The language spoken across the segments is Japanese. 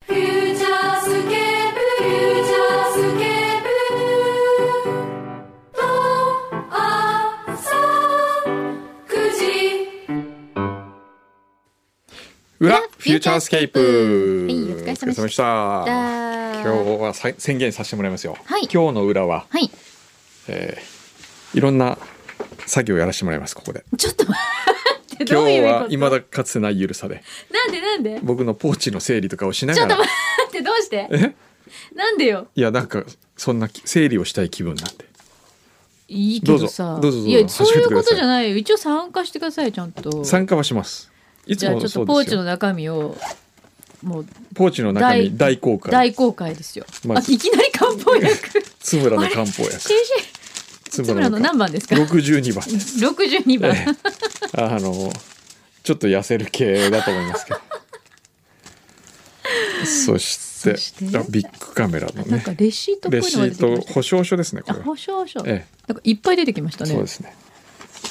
フューチャースケープフューチャースケープと朝9時裏フューチャースケープはいお疲れ様でしたおでしただ今日はさ宣言させてもらいますよ、はい今日の裏ははいいろんな作業をやらせてもらいますここでちょっと待って今どうい日うこはと未だかつてない緩さでなんでなんで僕のポーチの整理とかをしなちょがっとら待ってどうしてえなんでよいやなんかそんなき整理をしたい気分なんでいいけどさどうぞどうぞどうぞいやそういうこ始めてくださといじゃないよ一応参加してくださいちゃんと参加はしますいつじゃあもちょっそとうポーですチのよ中身をもうポーチの中身大大公開大公開ですよ、まああいきなり漢方薬つむらの漢方薬先生津村の何番ですか62番です62番、ええあのちょっと痩せる系だと思います けどそしてそしてあビッグカメラのなんねかレシートっぽいレのシが出てきーましトた保証書ですねこあれは、保証書、えなんかいっぱい出てきましたえ、ねそうですね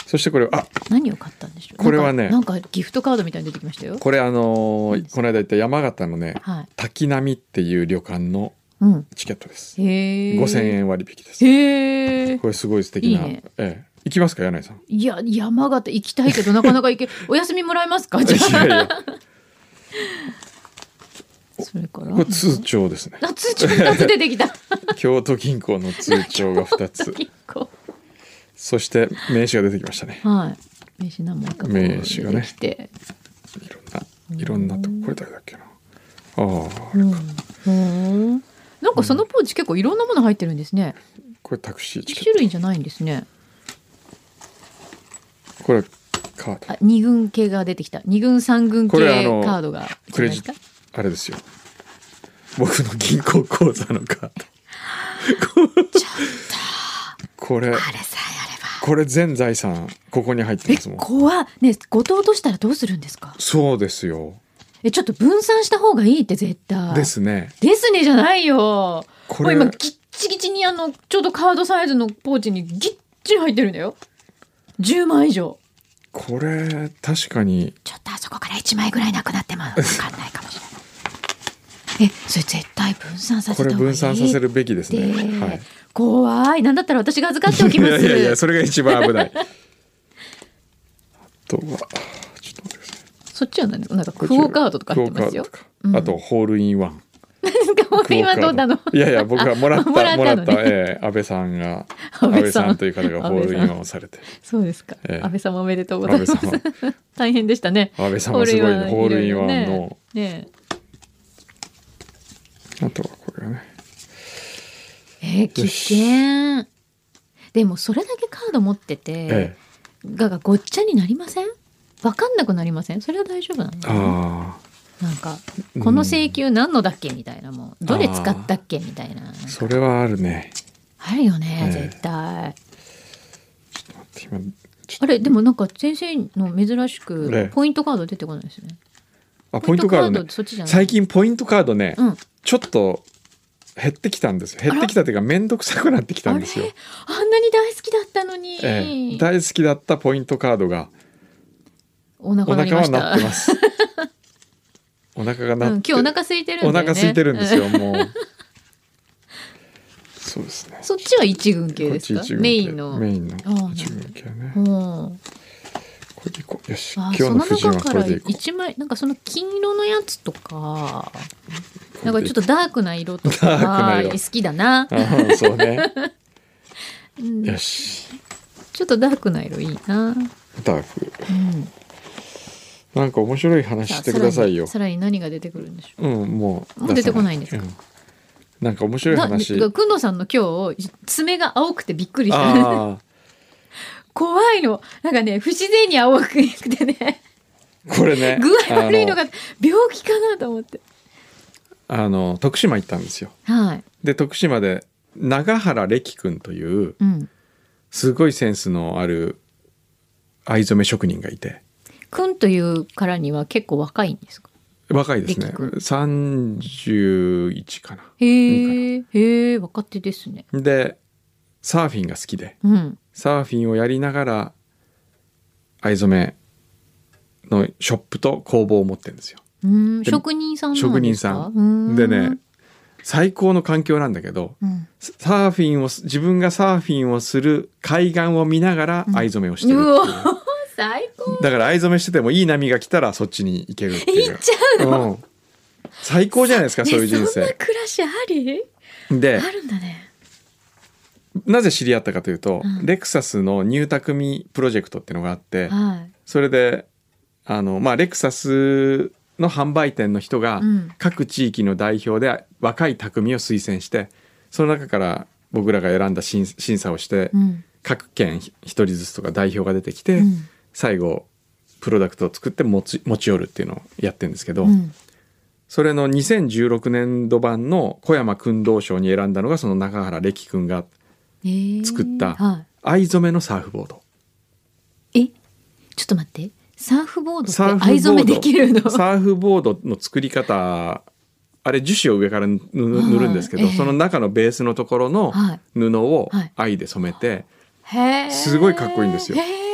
そしてこれあ何を買ったんでしょうこれはねなんかなんかギフトカードみたいに出てきましたよこれあの何ですかこの間行った山形のねはい滝並っていう旅館のうんチケットですへえ。 5000。円割引ですへえこ。れすごい素敵ないいねええ、行きますか柳井さんいや、山形行きたいけど、なかなか 行け、お休みもらえますか。じゃいやいやあ。それから。これ通帳ですねあ、通知二つ出てきた。京都銀行の通帳が 2つ銀行そして名刺が出てきましたねはい。名刺何枚か。名刺がね出てきて。いろんないろんなとここれ誰だっけなああうん。うん。なんかそのポーチ結構いろんなもの入ってるんですね。これタクシーチ一ケッ種類じゃないんですね。トこれカードあ、二軍系が出てきた。二軍三軍系こカれあのードが。クレジットあれですよ僕の銀行口座のカードこれあれさえこれ全財産ここに入ってあれまば。すえ、もん怖っね、後藤としたらどうするんですか。そうですよえ、ちょっと分散した方がいいって絶対。ですねですねじゃないよ。ここれれ今ギッチギチにあのちょうどカードサイズのポーチにギッチリ入ってるんだよ。10枚以上。これ確かにちょっとあそこから1枚ぐらいなくなってもわかんないかもしれない。え、それ絶対分散させこれた方がいい分って。散させるべきですねはい怖い。なんだったら私が預かっておきいます。やいやいやそれが一番危ないあとはちょっと待ってくださいそっちはなんですかなんかクオカードとか入ってますよクオ。カードとかうんあとホールインワン。今クオカードどうなのいやいや僕はもらっあ たもらったもらのねった、ええ安倍さんが安倍さ安ん倍さんという方がホールインワンをされてそうですか。ええ安倍様おめでとうござい安ま倍すさん。 大変でしたね。安倍さんはすごいねホールインワンのいろいろねねえあとはこれがねえー、危険でもそれだけカード持ってて、ええががごっちゃになりませんわかんなくなりませんそれは大丈夫なのあなんかうんこの請求何のだっけみたいなもうどれ使ったっけみたいなあそれはあるねあるよね、ええ絶対待って今ちょっあれでもなんか先生の珍しええくポイントカード出てこないですね、とあポイントカードねそっちじゃない最近ポイントカードね、うんちょっと減ってきたんですよ減ってきたというか面倒くさくなってきたんですよ、あんなに大好きだったのに、ええ大好きだったポイントカードがお腹お鳴り腹まはしたなっ てます。お腹がなうん今って、日お腹空いてるんだおよね腹空いてるんですよ、もう。 そうですね。そっちは一軍系こっでちすか一軍系メインのメインのああなるほど一軍系ね。うんこれでいこう。よし、今あ日そのの婦人中はかこられでいこう。一枚なんかその金色のやつとかこなんかれちょっでいことダークな色とダークなか色好きだな、うああ、そ うね。うんよし。ちょっとダークな色いいな、うん、ダーク。なんか面白い話してくださいよさあ。さらにさらに何が出てくるんでしょうん、もう出さ。もう出てこないんですかうなんか面う白いだ話。だくんのさんの今日爪が青くてびっくりしたああ、 怖いのなんかね不自然に青くてね これ ね。具合悪いのがあ病気かなと思ってあの徳島行ったんですよはい。で徳島で永原歴君といううん。すごいセンスのある藍染め職人がいてくんというからには結構若いんですか。若いですね歴君31かなへえ。へえ、若手ですね。でサーフィンが好きでうん。サーフィンをやりながら藍染めのショップと工房を持ってるんですようん。で職人さんな職んで人すか。さうんでね。最高の環境なんだけどうん。サーフィンをす自分がサーフィンをする海岸を見ながら藍染めをしてるってういうわ、最高。だから藍染めしててもいい波が来たらそっちに行けるっていう行っちゃうの。うん最高じゃないですかそういう人ねそんな 生暮らしあり？であるんだね。なぜ知り合ったかというと、うんレクサスのニュータクミプロジェクトっていうのがあってはそれであの、まあ、レクサスの販売店の人がうん各地域の代表で若い匠を推薦してその中から僕らが選んだ審審査をして、い。うん。各県ひ一人ずつとか代表が出てきて、うん最後プロダクトを作って持ち持ち寄るっていうのをやってるんですけど、うん。それの2016年度版の小山君道賞に選んだのがその中原歴君がへー作ったは藍染めのサーフボードい。え、ちょっと待って。サーフボードサーっフボーてド藍染めできるの。サーフボードの作り方あれ樹脂を上からぬはい塗るんですけど、ええその中のベースのところのはい布をはい藍で染めて、へーすごいかっこいいんですよへー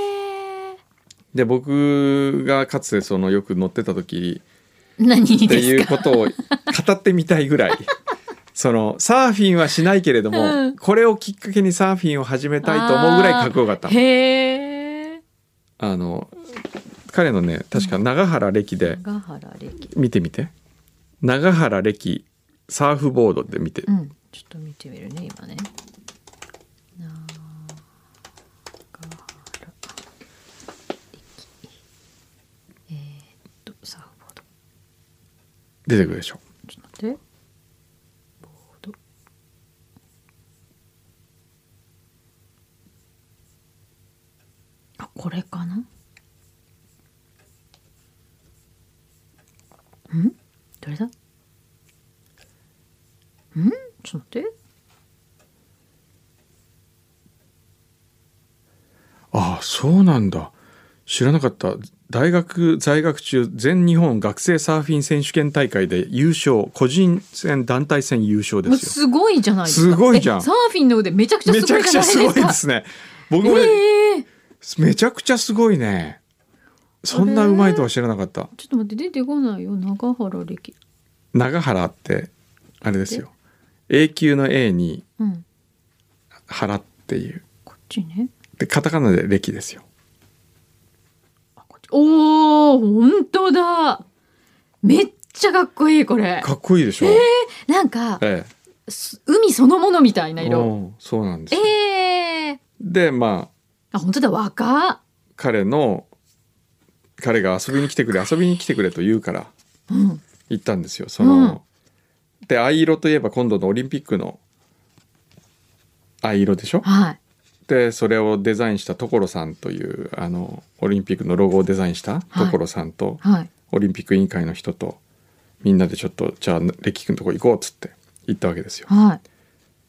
で僕がかつてそのよく乗ってた時何にってでいすうこか。とを語ってみたい ぐらいそのサーフィンはしないけれども、うんこれをきっかけにサーフィンを始めたいと思うぐらいかっこよかったへえ。あの彼のね確か永原歴で長原歴。見てみて永原歴サーフボードで見て、うん。ちょっと見てみるね今ね。長原歴。えーっとサーフボード。出てくるでしょちょっと待って。ボード。あ、これかな。んどれだんちょっと待って。ああそうなんだ知らなかった大学在学中全日本学生サーフィン選手権大会で優勝個人戦団体戦優勝ですよすごいじゃないですか。すごいじゃんえサーフィンの腕めちゃくちゃすめごいちじゃゃないくですちか。ゃすごいですね。僕もねええめちゃくちゃすごいね。そんなうまいとは知らなかった。ちょっと待って出てこないよ長原力。長原ってあれですよ。永久の A にうん。原っていう。こっちね。でカタカナで歴ですよ。あこっちおー本当だめっちゃかっこいいこれかっこいいでしょ。なんか、えす海そのものみたいなえ色うんそうなんですよ。えー、でまああ本当だ若っ彼の彼が遊びに来てくれ遊びに来てくれと言うからうん行ったんですよ。その、で藍色といえば今度のオリンピックの藍色でしょ。はいでそれをデザインした所さんというあのオリンピックのロゴをデザインしたはい所さんと、はいオリンピック委員会の人とみんなでちょっとじゃあレキ君のとこ行こうっつって行ったわけですよ。はい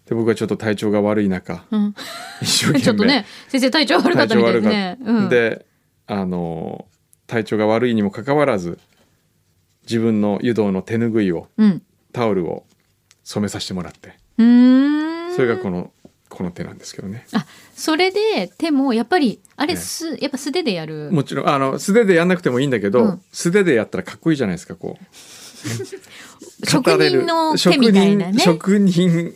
で僕はちょっと体調が悪い中うん一生懸 命ちょっとね先生体調悪かっ体た調みたいで悪すかねった、うん、であの体調が悪いにもかかわらず自分の湯道の手拭いをうんタオルを染めさせてもらってうーんそれがこのこの手なんですけどね。あそれで手もやっぱりあれねす、やっぱ素手でやるもちろんあの素手でやんなくてもいいんだけど、うん素手でやったらかっこいいじゃないですかこう職語れる人の手みたいなね職人職人っ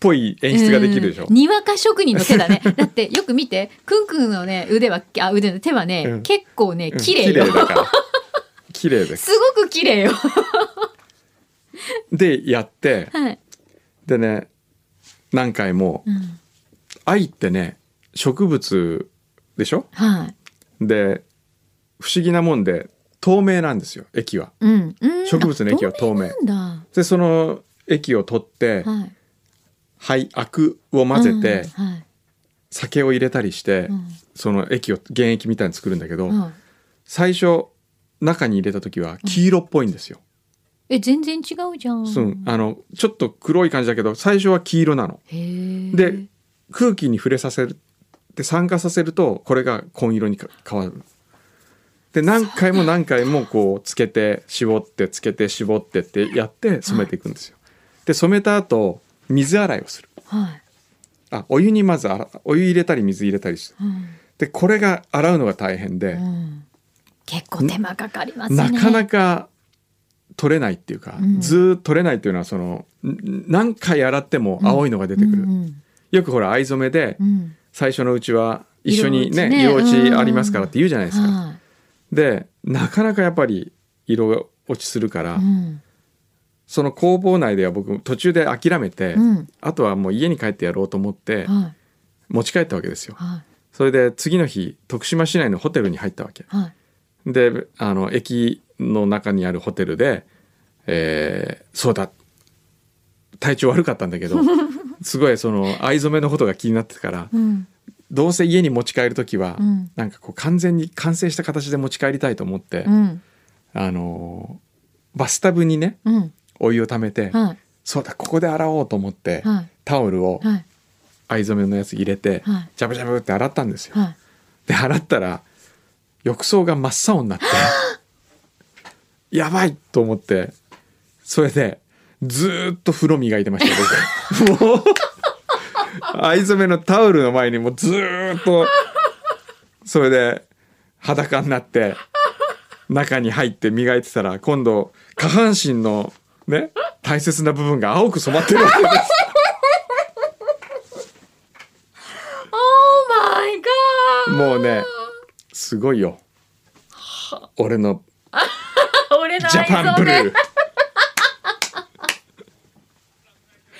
ぽい演出ができるでしょうんにわか職人の手だ ね。だってよく見て、くんくんのね、腕は、あ、腕の手はね、うん結構ね、うん綺麗よ。だから 綺麗ですすごく綺麗よ。はでやってい。でね何回もうん愛ってね植物でしょはい。で不思議なもんで透明なんですよ液はうん。うん植物の液はあ透明なんでその液を取ってだ。はい。灰アクを混ぜてうんはい。酒を入れたりして、うんその液を原液みたいに作るんだけど、はい最初中に入れた時は黄色っぽいんですよ、え全然違うじゃん。そうあのちょっと黒い感じだけど最初は黄色なの。へえ。で空気に触れさせるで酸化させるとこれが紺色にか変わるので何回も何回もこうつけて絞ってつけて絞ってってやって染めていくんですよ。で染めた後水洗いをするはい。あお湯にまず洗お湯入れたり水入れたりしてうんでこれが洗うのが大変で、うん。結構手間かかりますね。なかなか。か取れないっていうか、んずーっと取れないっていうのはそのん何回洗っても青いのが出てくる、うんよくほら藍染めでうん。最初のうちは一緒にね色色落落ちちねありますからって言うじゃないですか。はでなかなかやっぱり色が落ちするから、い。うん。その工房内では僕途中で諦めて、うん。あとはもう家に帰ってやろうと思ってはい。持ち帰ったわけですよ。はそれで次の日徳島市内のホテルに入ったわけ。い。はい。であの駅の中にあるホテルで、えーそうだ体調悪かったん だけどすごいその藍染めのことが気になってたからうん。どうせ家に持ち帰る時は、うんなんかこう完全に完成した形で持ち帰りたいと思って、うん。あのーバスタブにねうん。お湯をためて、はい。そうだここで洗おうと思って、はい。タオルをはい。藍染めのやつ入れて、はいジャブジャブって洗ったんですよ。はい。で洗ったら浴槽が真っ青になってやばいと思ってそれでずーっと風呂磨いてました僕もう藍染めのタオルの前にもうずーっとそれで裸になって中に入って磨いてたら今度下半身のね大切な部分が青く染まってるわけです Oh my god! もうねすごいよ俺の俺のジャパンブルー。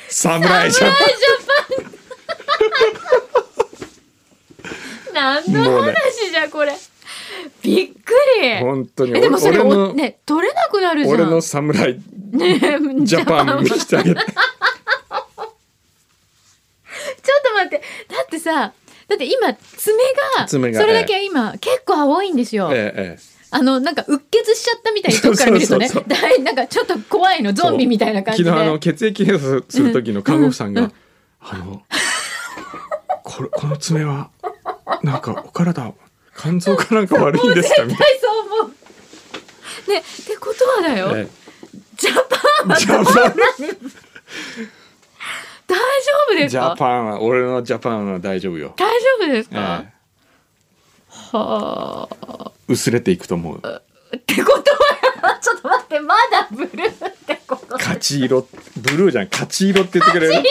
侍ジャ何のもうね話じゃこれ。びっくり。パン。本当に。えでもそれ俺おの、ね取れなくなるじゃん。俺 の侍ね ジャパン 見ちょっしてあ げて。と待って。だってさ、だって今爪が爪がそれだけ今、結構青いんですよ。ええええあのなんかうっ血しちゃったみたいにどっから見るとね、そうそうだいなんかちょっと怖いのゾンビみたいな感じで。昨日あの血液検査する時の看護婦さんが「あのこれこの爪はなんかお体肝臓かなんか悪いんですか?」みたいはいそう思う。ねってことはだよ、な。えジャパンえジャパン大丈夫ですジャか？パンは俺のジャパンは大丈夫よ。大丈夫ですか？ええはあ。薄れていくと思う。ってことはちょっと待ってまだブルーってこと。勝ち色ブルーじゃん勝ち色って言ってくれる。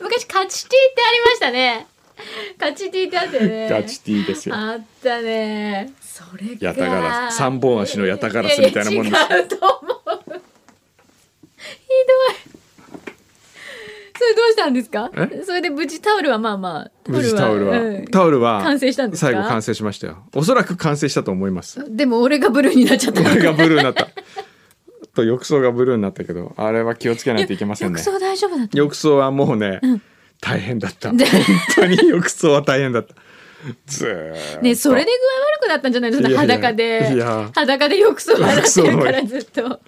昔カチティってありましたね。カチティってあったよね。ガチティですよ。あったね。それか。ヤタガラス三本足のヤタガラスみたいなもん ですいやいや違うと思う。ひどい。それどうしたんですかえ？それで無事タオルはまあまあ。無事タオルは、うんタオルは完成したんですか最後完成しましたよおそらく完成したと思いますでも俺がブルーになっちゃった。これがブルーになったと浴槽がブルーになったけどあれは気をつけないといけません浴ね槽大丈夫だった。浴槽はもうね、大変だった本で当に浴槽は大変だったずーっとねそれで具合悪くなったんじゃないの？そんないやいや裸いでや裸で浴槽洗ってるからずっと。は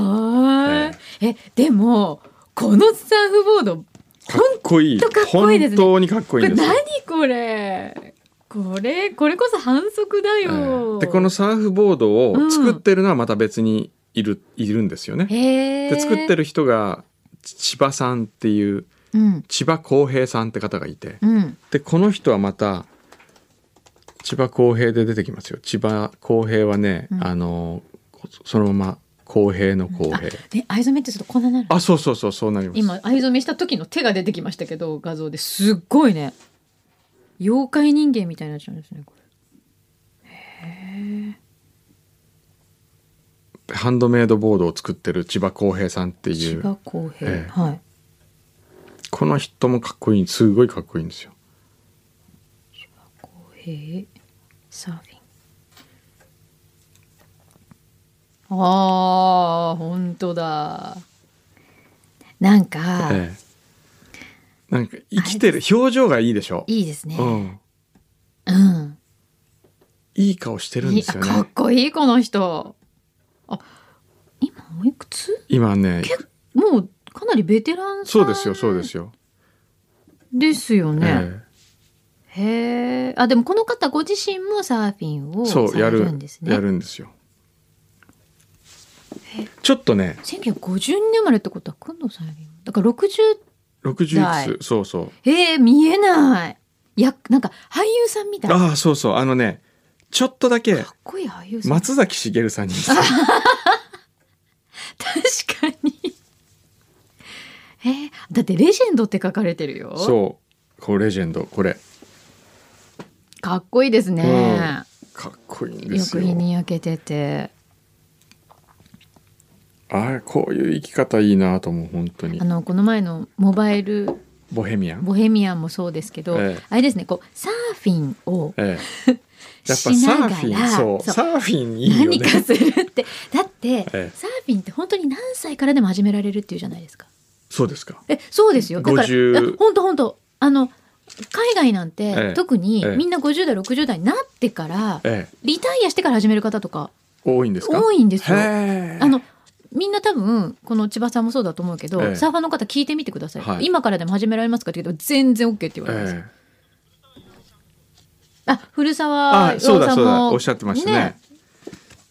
ーい。えでもこのサーフボードかっこいいほんとかっこいいですね本当にかっここいいれんですよ何これこれこれこそ反則だえよ、ーでこのサーフボードを作ってるのはまた別にいる,、いるんですよねへで作ってるる人がち千葉さんっていううん千葉康平さんって方がいて、うんでこの人はまた千葉公平で出てきますよ千葉公平はね、うんあのこそのまま公平の公あ平で藍染めってちょっとこんなになるあそうそうそうそうなります今藍染めした時の手が出てきましたけど画像ですっごいね妖怪人間みたいになっちゃうんですねこれハンドメイドボードを作ってる千葉公平さんってい千う葉公平、ええはいこの人もかっこいいすごいかっこいいんですよ公平サーフィンあー本当だなんか、ええなんか生きてる表情がいいでしょいいですねうんうん。いい顔してるんいやですよかねっこいいこの人あ今おいくつ今ねもうかなりベテランさんそうですよそうですよ、ですよね、えへえ。あでもこの方ご自身もサーフィンをえさそうやれるるんですね。やるんですよちょっとね1950年生まれってことはくんのサーフィン。だから60 60代いくつそうそうえー、見えない。いやなんか俳優さんみたい。かっああそうそうあのねちょっとだけこいい俳優さん。松崎しげるさんに似てる確かに。 えー、だってレジェンドって書かれてるよ。 そうこれレジェンドこれかっこいいですね。かっこいいんでよすくよ日に焼けてて。ああこういう生き方いいなと思う本当にあのこの前のモバイルボヘミアンボヘミアンもそうですけど、ええあれですねこうサーフィンをえ えやっぱサしながーらフィンそうそうサーフィンいいよね何かするってだって、えサーフィンって本当に何歳からでも始められるっていうじゃないですかそうですかえそうですよだから50あ本当本当あの海外なんて、ええ特に、ええみんな50代60代になってから、ええリタイアしてから始める方とか多いんですか多いんですよへえあのみんな多分この千葉さんもそうだと思うけど、ええサーファーの方聞いてみてください、はい今からでも始められますかって言うと全然 OK って言われます、ええあ古澤あそうだ洋そうさんだもおっしゃってましたね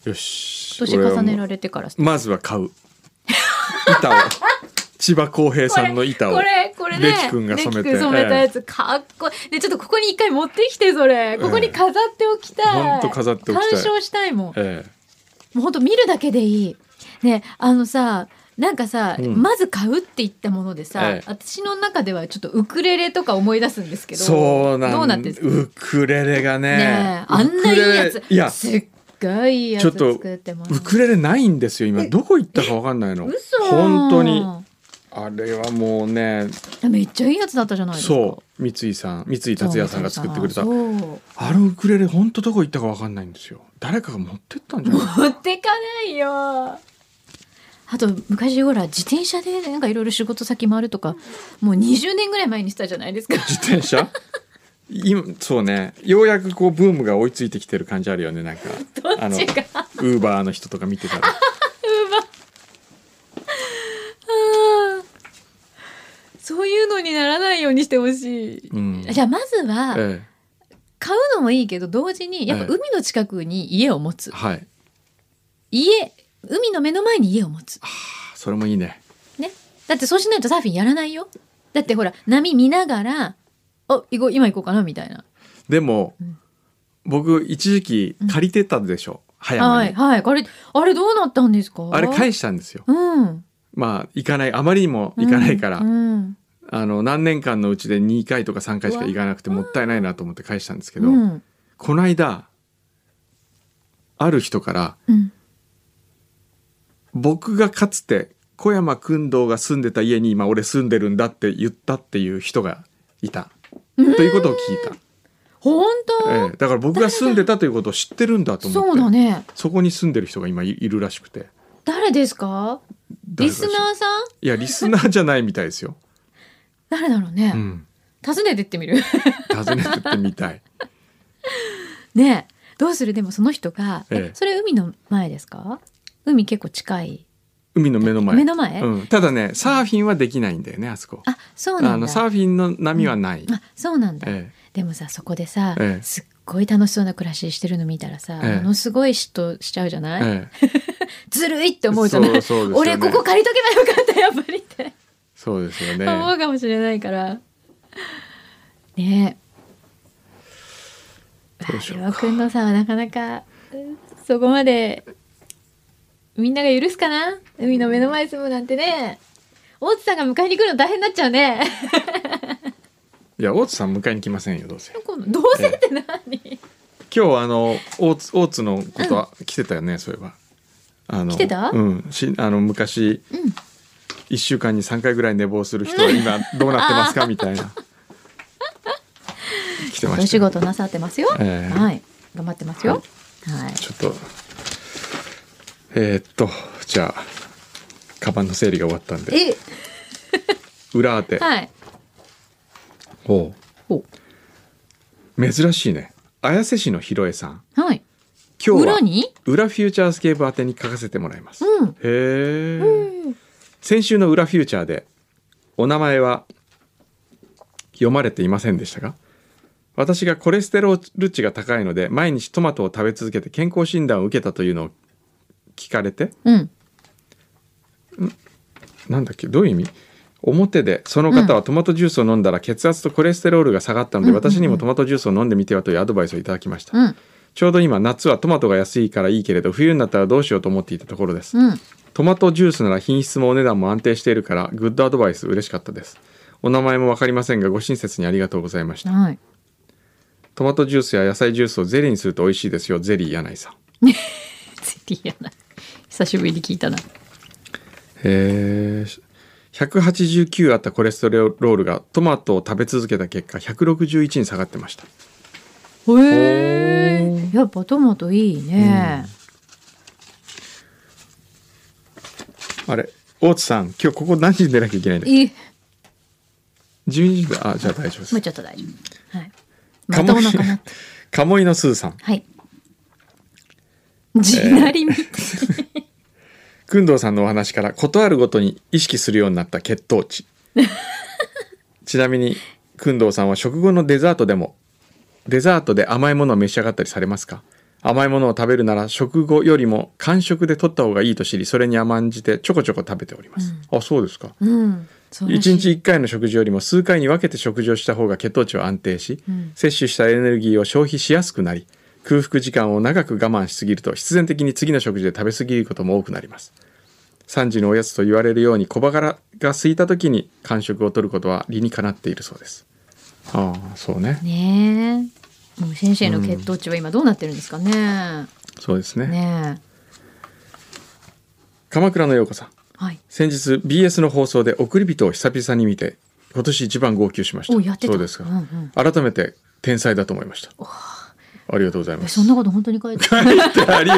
よし年俺はも重うねられてからまずは買う板を千葉公平さんの板をこれこれねレキ君が染めてレキ君染めたやつかっこいいでちょっとここに一回持ってきてそれここに飾っておきたい、ええほんと飾っておきたい鑑賞したいもん、ええもうほんと見るだけでいいねあのさなんかさ、うんまず買うって言ったものでさ、ええ私の中ではちょっとウクレレとか思い出すんですけどそうなんどうなってんですかねウクレレがねえあんないいやウクレつレいやすっごいいいやつちょっと作ってますウクレレないんですよ今どこ行ったかわかんないの嘘本当にあれはもうねめっちゃいいやつだったじゃないですかそう三井さん三井達也さんが作ってくれたそうあのウクレレ本当どこ行ったかわかんないんですよ誰かが持ってったんじゃない 持ってかないよあと昔ほら自転車でなんかいろいろ仕事先回るとかもう20年ぐらい前にしたじゃないですか自転車今そうねようやくこうブームが追いついてきてる感じあるよねなんかどっあのウちがあーバーの人とか見てた らーそういうのにならないようにしてほしい、うんじゃあまずはえ買うのもいいけど同時にやっぱええ海の近くに家を持つえはい家海の目の前に家を持つそれもいいねねだってそうしないとサーフィンやらないよだってほら波見ながらあ行こう今行こうかなみたいなでも、うん僕一時期借りてたでしょ、葉山はに、いはいあれあれどうなったんですかあれい返したんですようんまあ行かないあまりにも行かないから、うんあの何年間のうちで2回とか3回しか行かなくてもったいないなと思って返したんですうけど、んこの間ある人からうん僕がかつて小山君堂が住んでた家に今俺住んでるんだって言ったっていう人がいたということを聞いた、本ええ、だから僕が住んでたということを知ってるんだと当思っそてうだねそこに住んでる人が今いいるらしくて誰ですか誰リかしスらナーさんいやリスナーじゃないみたいですよ、誰だろうね、うん、訪ねてってみる 訪ねてってみたいねえどうするでもその人が、ええそれ海の前ですか海結構近い海の目の前目の前うん、ただねサーフィンはできないんだよねあそこあそうなあんだのサーフィンの波はない、あそうなんだ、えでもさそこでさ、ええすっごい楽しそうな暮らししてるの見たらさ、ええものすごい嫉妬しちゃうじゃえない、ええずるいって思うじゃないそうそうですよね俺ここ借りとけばよかったやっぱりってそうです よね思うかもしれないからねえどうしようか岩くんのさなかなかうんそこまでみんなが許すかな海の目の前に住むなんてね大津さんが迎えに来るの大変になっちゃう ねいや大津さん迎えに来ませんよどうせどうせって何、今日あの大津大津のことは来てたよね、そういえばあの来てたうんしあの昔、ん一1週間に3回ぐらい寝坊する人は今どうなってますかみたいな 来てまおした仕よ事なさってますよ、ええはい頑張ってますよはいちょっとえーっとじゃあカバンの整理が終わったんでえ裏当て、はいおうお珍しいね綾瀬市のひろえさんはい。今日は裏に裏フューチャースケープ宛てに書かせてもらいます、うんへえ、先週の裏フューチャーでお名前は読まれていませんでしたが私がコレステロール値が高いので毎日トマトを食べ続けて健康診断を受けたというのを聞かれてうん。なんだっけどういう意味表でその方はトマトジュースを飲んだら血圧とコレステロールが下がったので、私にもトマトジュースを飲んでみてはというアドバイスをいただきました、うん。ちょうど今夏はトマトが安いからいいけれど冬になったらどうしようと思っていたところです、うん。トマトジュースなら品質もお値段も安定しているからグッドアドバイス嬉しかったですお名前もわかりませんがご親切にありがとうございましたはい。トマトジュースや野菜ジュースをゼリーにすると美味しいですよゼリー柳井さんゼリーやな。久しぶりに聞いたな。へえ189あったコレステロールがトマトを食べ続けた結果161に下がってましたへえ。やっぱトマトいいね。あれ大津さん今日ここ何時に出なきゃいけないんだっけいい。 12時だあじゃあ大丈夫でもうすちょっと大丈夫。はい。ま鴨ともなかな。鴨居のすずさんはい。地鳴りみたい。工藤さんのお話から事あるごとに意識するようになった血糖値ちなみに工藤さんは食後のデザートでもデザートで甘いものを召し上がったりされますか甘いものを食べるなら食後よりも間食で取った方がいいと知りそれに甘んじてちょこちょこ食べております、あそうですかうん。そうらしい1日1回の食事よりも数回に分けて食事をした方が血糖値は安定し、ん摂取したエネルギーを消費しやすくなり空腹時間を長く我慢しすぎると必然的に次の食事で食べ過ぎることも多くなります3時のおやつと言われるように小腹が空いた時に間食を取ることは理にかなっているそうですああそうねねえ。もう先生の血糖値は今どうなってるんですかね。そうですねねえ。鎌倉の陽子さんはい。先日 BS の放送で送り人を久々に見て今年一番号泣しましたおやってたそうですか、うんうん改めて天才だと思いましたありがとうございまえす そんなこと本当に書いてある。書いてあり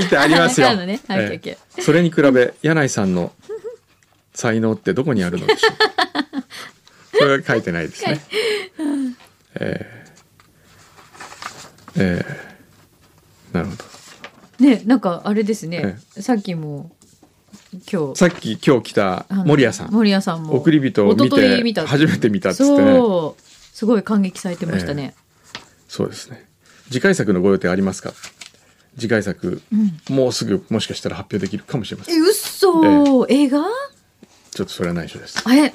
書いてありますよあ書いてあるのねはいええ OK それに比べ柳井さんの才能ってどこにあるのでしょう それは書いてないですね、ええええなるほど ねなんかあれですねえ。さっきも今日さっき今日来たあの森谷さん森谷さんも送り人を見一昨日見てた初めて見たっつってねそうすごい感激されてましたね。そうですね次回作のご予定ありますか次回作、もうすぐもしかしたら発表できるかもしれませんえ嘘、映画？ちょっとそれは内緒ですあれ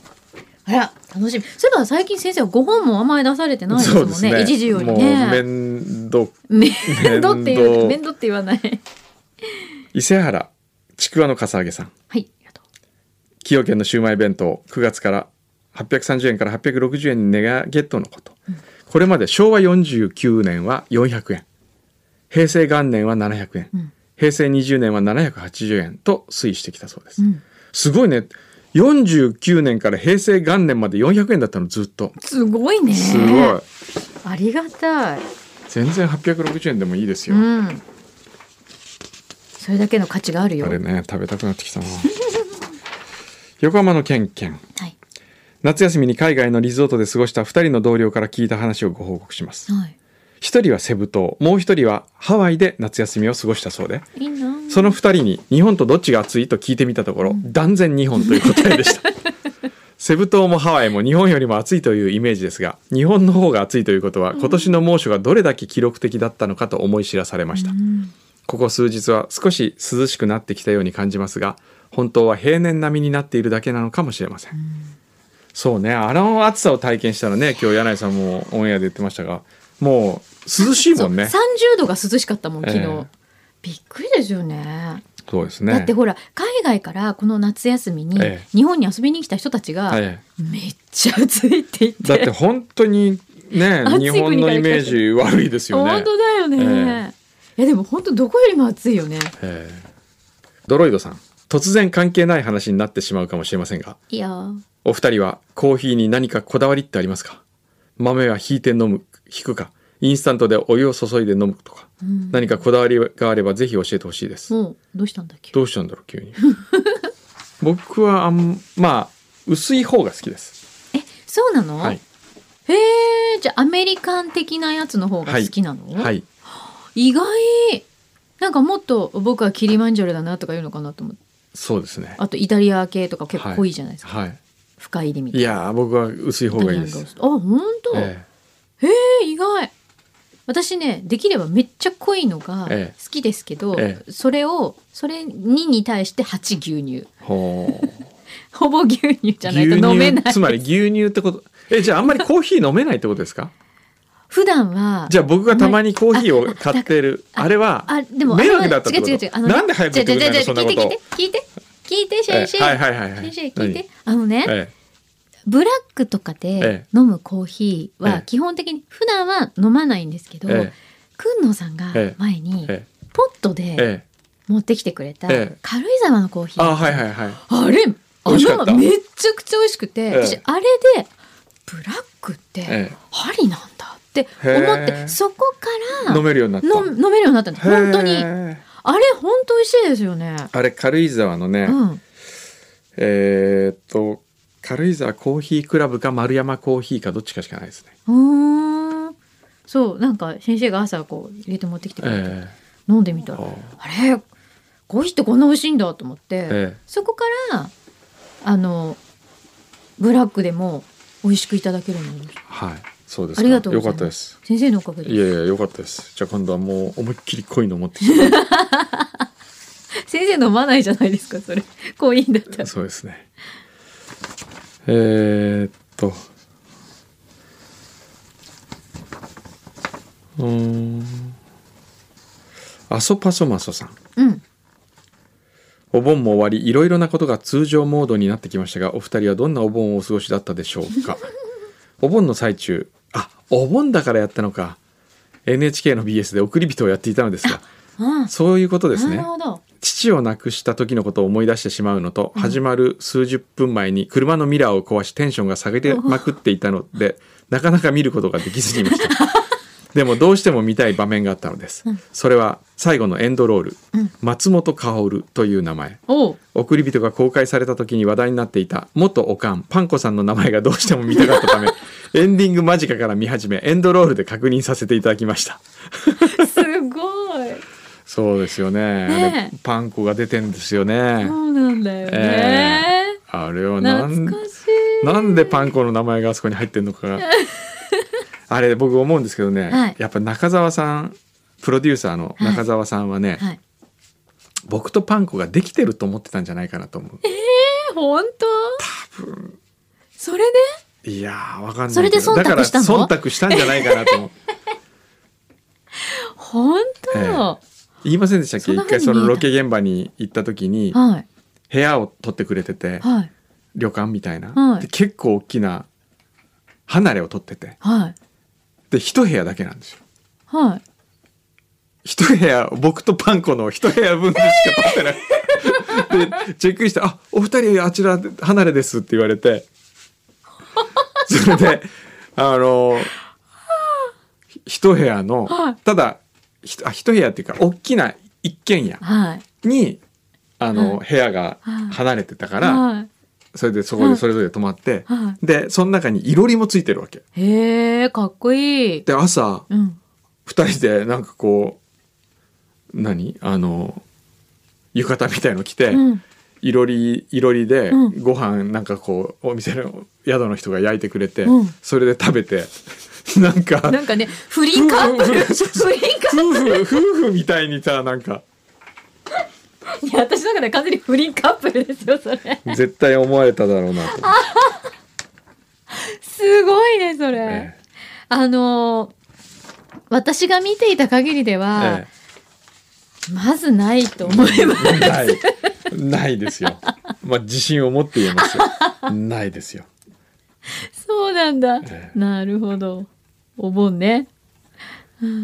あら楽しみ。そういえば最近先生はご本もあんまり出されてないですもんね。一時よりもうね。面倒面倒って面いう倒面倒って言わない。伊勢原ちくわのかさあげさんはい。ありがとう崎陽軒のシウマイ弁当9月から830円から860円に値上げとのこと、これまで昭和49年は400円平成元年は700円、うん平成20年は780円と推移してきたそうです、うんすごいね49年から平成元年まで400円だったのずっとすごいね。すごいありがたい。全然860円でもいいですうよ、ん。それだけの価値があるよ。あはれい。ね食べたくなってきたな 横浜のけんけんはい。夏休みに海外のリゾートで過ごした2人の同僚から聞いた話をご報告します1人はセブ島もう1人はハワイで夏休みを過ごしたそうでいいな。その2人に日本とどっちが暑いと聞いてみたところ断然日本という答えで したセブ島もハワイも日本よりも暑いというイメージですが日本の方が暑いということは今年の猛暑がどれだけ記録的だったのかと思い知らされました、ここ数日は少し涼しくなってきたように感じますが本当は平年並みになっているだけなのかもしれません、そうねあの暑さを体験したらね今日柳井さんもオンエアで言ってましたがもう涼しいもんね三十度が涼しかったもん昨日、ええびっくりですよねそうですねだってほら海外からこの夏休みにええ日本に遊びに来た人たちが、はいめっちゃ暑いって言ってだって本当にね 暑い国日本のイメージ悪いですよね本、当だよね、いやでも本当どこよりも暑いよねええドロイドさん突然関係ない話になってしまうかもしれませんがいやーお二人はコーヒーに何かこだわりってありますか豆は引いて飲む引くかインスタントでお湯を注いで飲むとか、何かこだわりがあればぜひ教えてほしいです、もうどうしたんだっけどうしたんだろう急 に僕はあんまあ薄い方が好きですえそうなの、はいへへえじゃあアメリカン的なやつの方が好きなの、はい意外なんかもっと僕はキリマンジャロだなとか言うのかなと思ってそうですねあとイタリア系とか結構濃いじゃないですか、はい深入りみたいいなやー僕は薄い方がいいですイタリアンローストあ本当、ええ意外私ねできればめっちゃ濃いのがえ好きですけど、えそれをそれ2に対して8牛乳えほうほぼ牛乳 じゃないと牛乳飲めないつまり牛乳ってことえじゃああんまりコーヒー飲めないってことですか普段はじゃあ僕がたまにコーヒーを買ってるあれはあでも迷惑だったってことあの違う違う違うあのねなんで早く言ってくれないのそんなこと違う違う違う聞いて聞いて聞いて聞いてシェイシェイ、はいはいはいシはいェイシェイ聞いてあのね、えブラックとかでえ飲むコーヒーえはえ基本的に普段は飲まないんですけど、ええくんのさんがええ前にえポットえでええ持ってきてくれたええ軽井沢のコーヒーあはいはいはいあれ美味しかあったのめちゃくちゃ美味しくて、ええ私あれでブラックってえありなんだって思って、へえそこから飲めるようになった飲飲めるようになったんですへー本当にあれ本当美味しいですよね。あれ軽井沢のね、うん、えーっと軽井沢コーヒークラブか丸山コーヒーかどっちかしかないですね、うーんそうなんか先生が朝こう入れて持ってきてくれて、え飲んでみたらああれコーヒーってこんな美味しいんだと思って、えそこからあのブラックでも美味しくいただけるようになりましたはいそうですありがとうごよざかいっますたです先生のおかげいでやいやよかったですじゃあ今度はもう思いっきり濃いの持ってきて先生飲まないじゃないですかそれコーヒーだったらそうですねえーっとうーんアソパソマソさんうんお盆も終わりいろいろなことが通常モードになってきましたがお二人はどんなお盆をお過ごしだったでしょ うかお盆の最中あお盆だからやったのか NHK の BS で送り人をやっていたのですがあそういうことですなるねほど父を亡くした時のことを思い出してしまうのと、始まる数十分前に車のミラーを壊しテンションが下げてまくっていたのでなかなか見ることができずにいま したでもどうしても見たい場面があったのです、それは最後のエンドロール、松本薫という名前おう送り人が公開された時に話題になっていた元おかんパンコさんの名前がどうしても見たかっ たためエンディング間近から見始めエンドロールで確認させていただきましたすごいそうですよねねえあれパンコが出てんですよねそうなんだよね、えあれはなん懐かしいなんでパンコの名前があそこに入ってんのかが あれ僕思うんですけどね、はいやっぱ中澤さんプロデューサーの中澤さんはね、はい僕とパンコができてると思ってたんじゃないかなと思う、え本当それでいやーわかんないけどそれで忖度だからしたの忖度したんじゃないかなと思う 本当、ええ言いませんでしたっけそんな一風に回そのロケ現場に行った時にはい部屋を取ってくれててはい旅館みたいな、はいで結構大きな離れを取っててはいで一部屋だけなんですよはい一部屋僕とパンコの一部屋分でしか取ってない、でチェックインして「あお二人あちら離れです」って言わ れてそれであのひ一部屋のはいただひとあ一部屋っていうか大きな一軒家はいにあの、部屋が離れてたから、はそれでそこでそれぞれ泊まって、いはでその中にいろりもついてるわけ。いへえかっこいいで朝うん二人でなんかこう何あの浴衣みたいの着て、うんいろりいろりでうんご飯なんかこうお店の宿の人が焼いてくれて、うんそれで食べて なんかなんかね不倫カップル 不倫カッ夫婦夫婦みたいにさなんかプルいや私の中で完全に不倫カップルですよそれ絶対思われただろうなと思ってすごいねそれ、 えあのー私が見ていた限りではえ、まずないと思いますえないないですよまあ自信を持って言えますよないですよそうなんだ、えなるほどお盆ね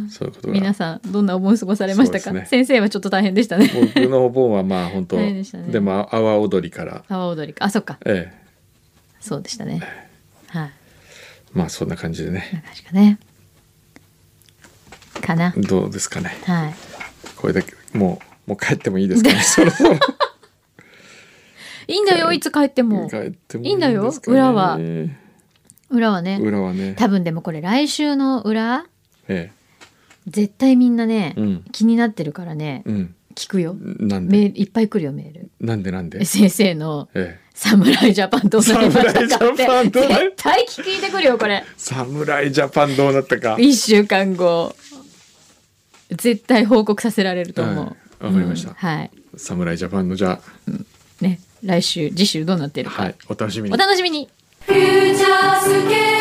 そういうことが皆さんどんなお盆過ごされましたそか、うですね先生はちょっと大変でしたね僕のお盆はまあ本当大変でしたねでも阿波踊りから阿波踊りかあそっかええそうでしたねはいまあそんな感じでねなんかしかねかなどうですかねはいこれだけもうもう帰ってもいいですか ねそろそろいいんだよいつ帰っても帰ってもいいんだよですかね裏は裏はね裏はね多分でもこれ来週の裏え絶対みんなね、うん気になってるからね、えうん聞くよなんでメールいっぱい来るよメールなんでなんでえ先生のえ「侍ジャパンどうなりましたか?」侍っジてャパンどうな絶対聞いてくるよこれえ侍ジャパンどうなったか1週間後絶対報告させられると思うはいわかりましたうんはい侍ジャパンのじゃね来週次週どうなってるあか、はいお楽しみにお楽しみにフューチャースケ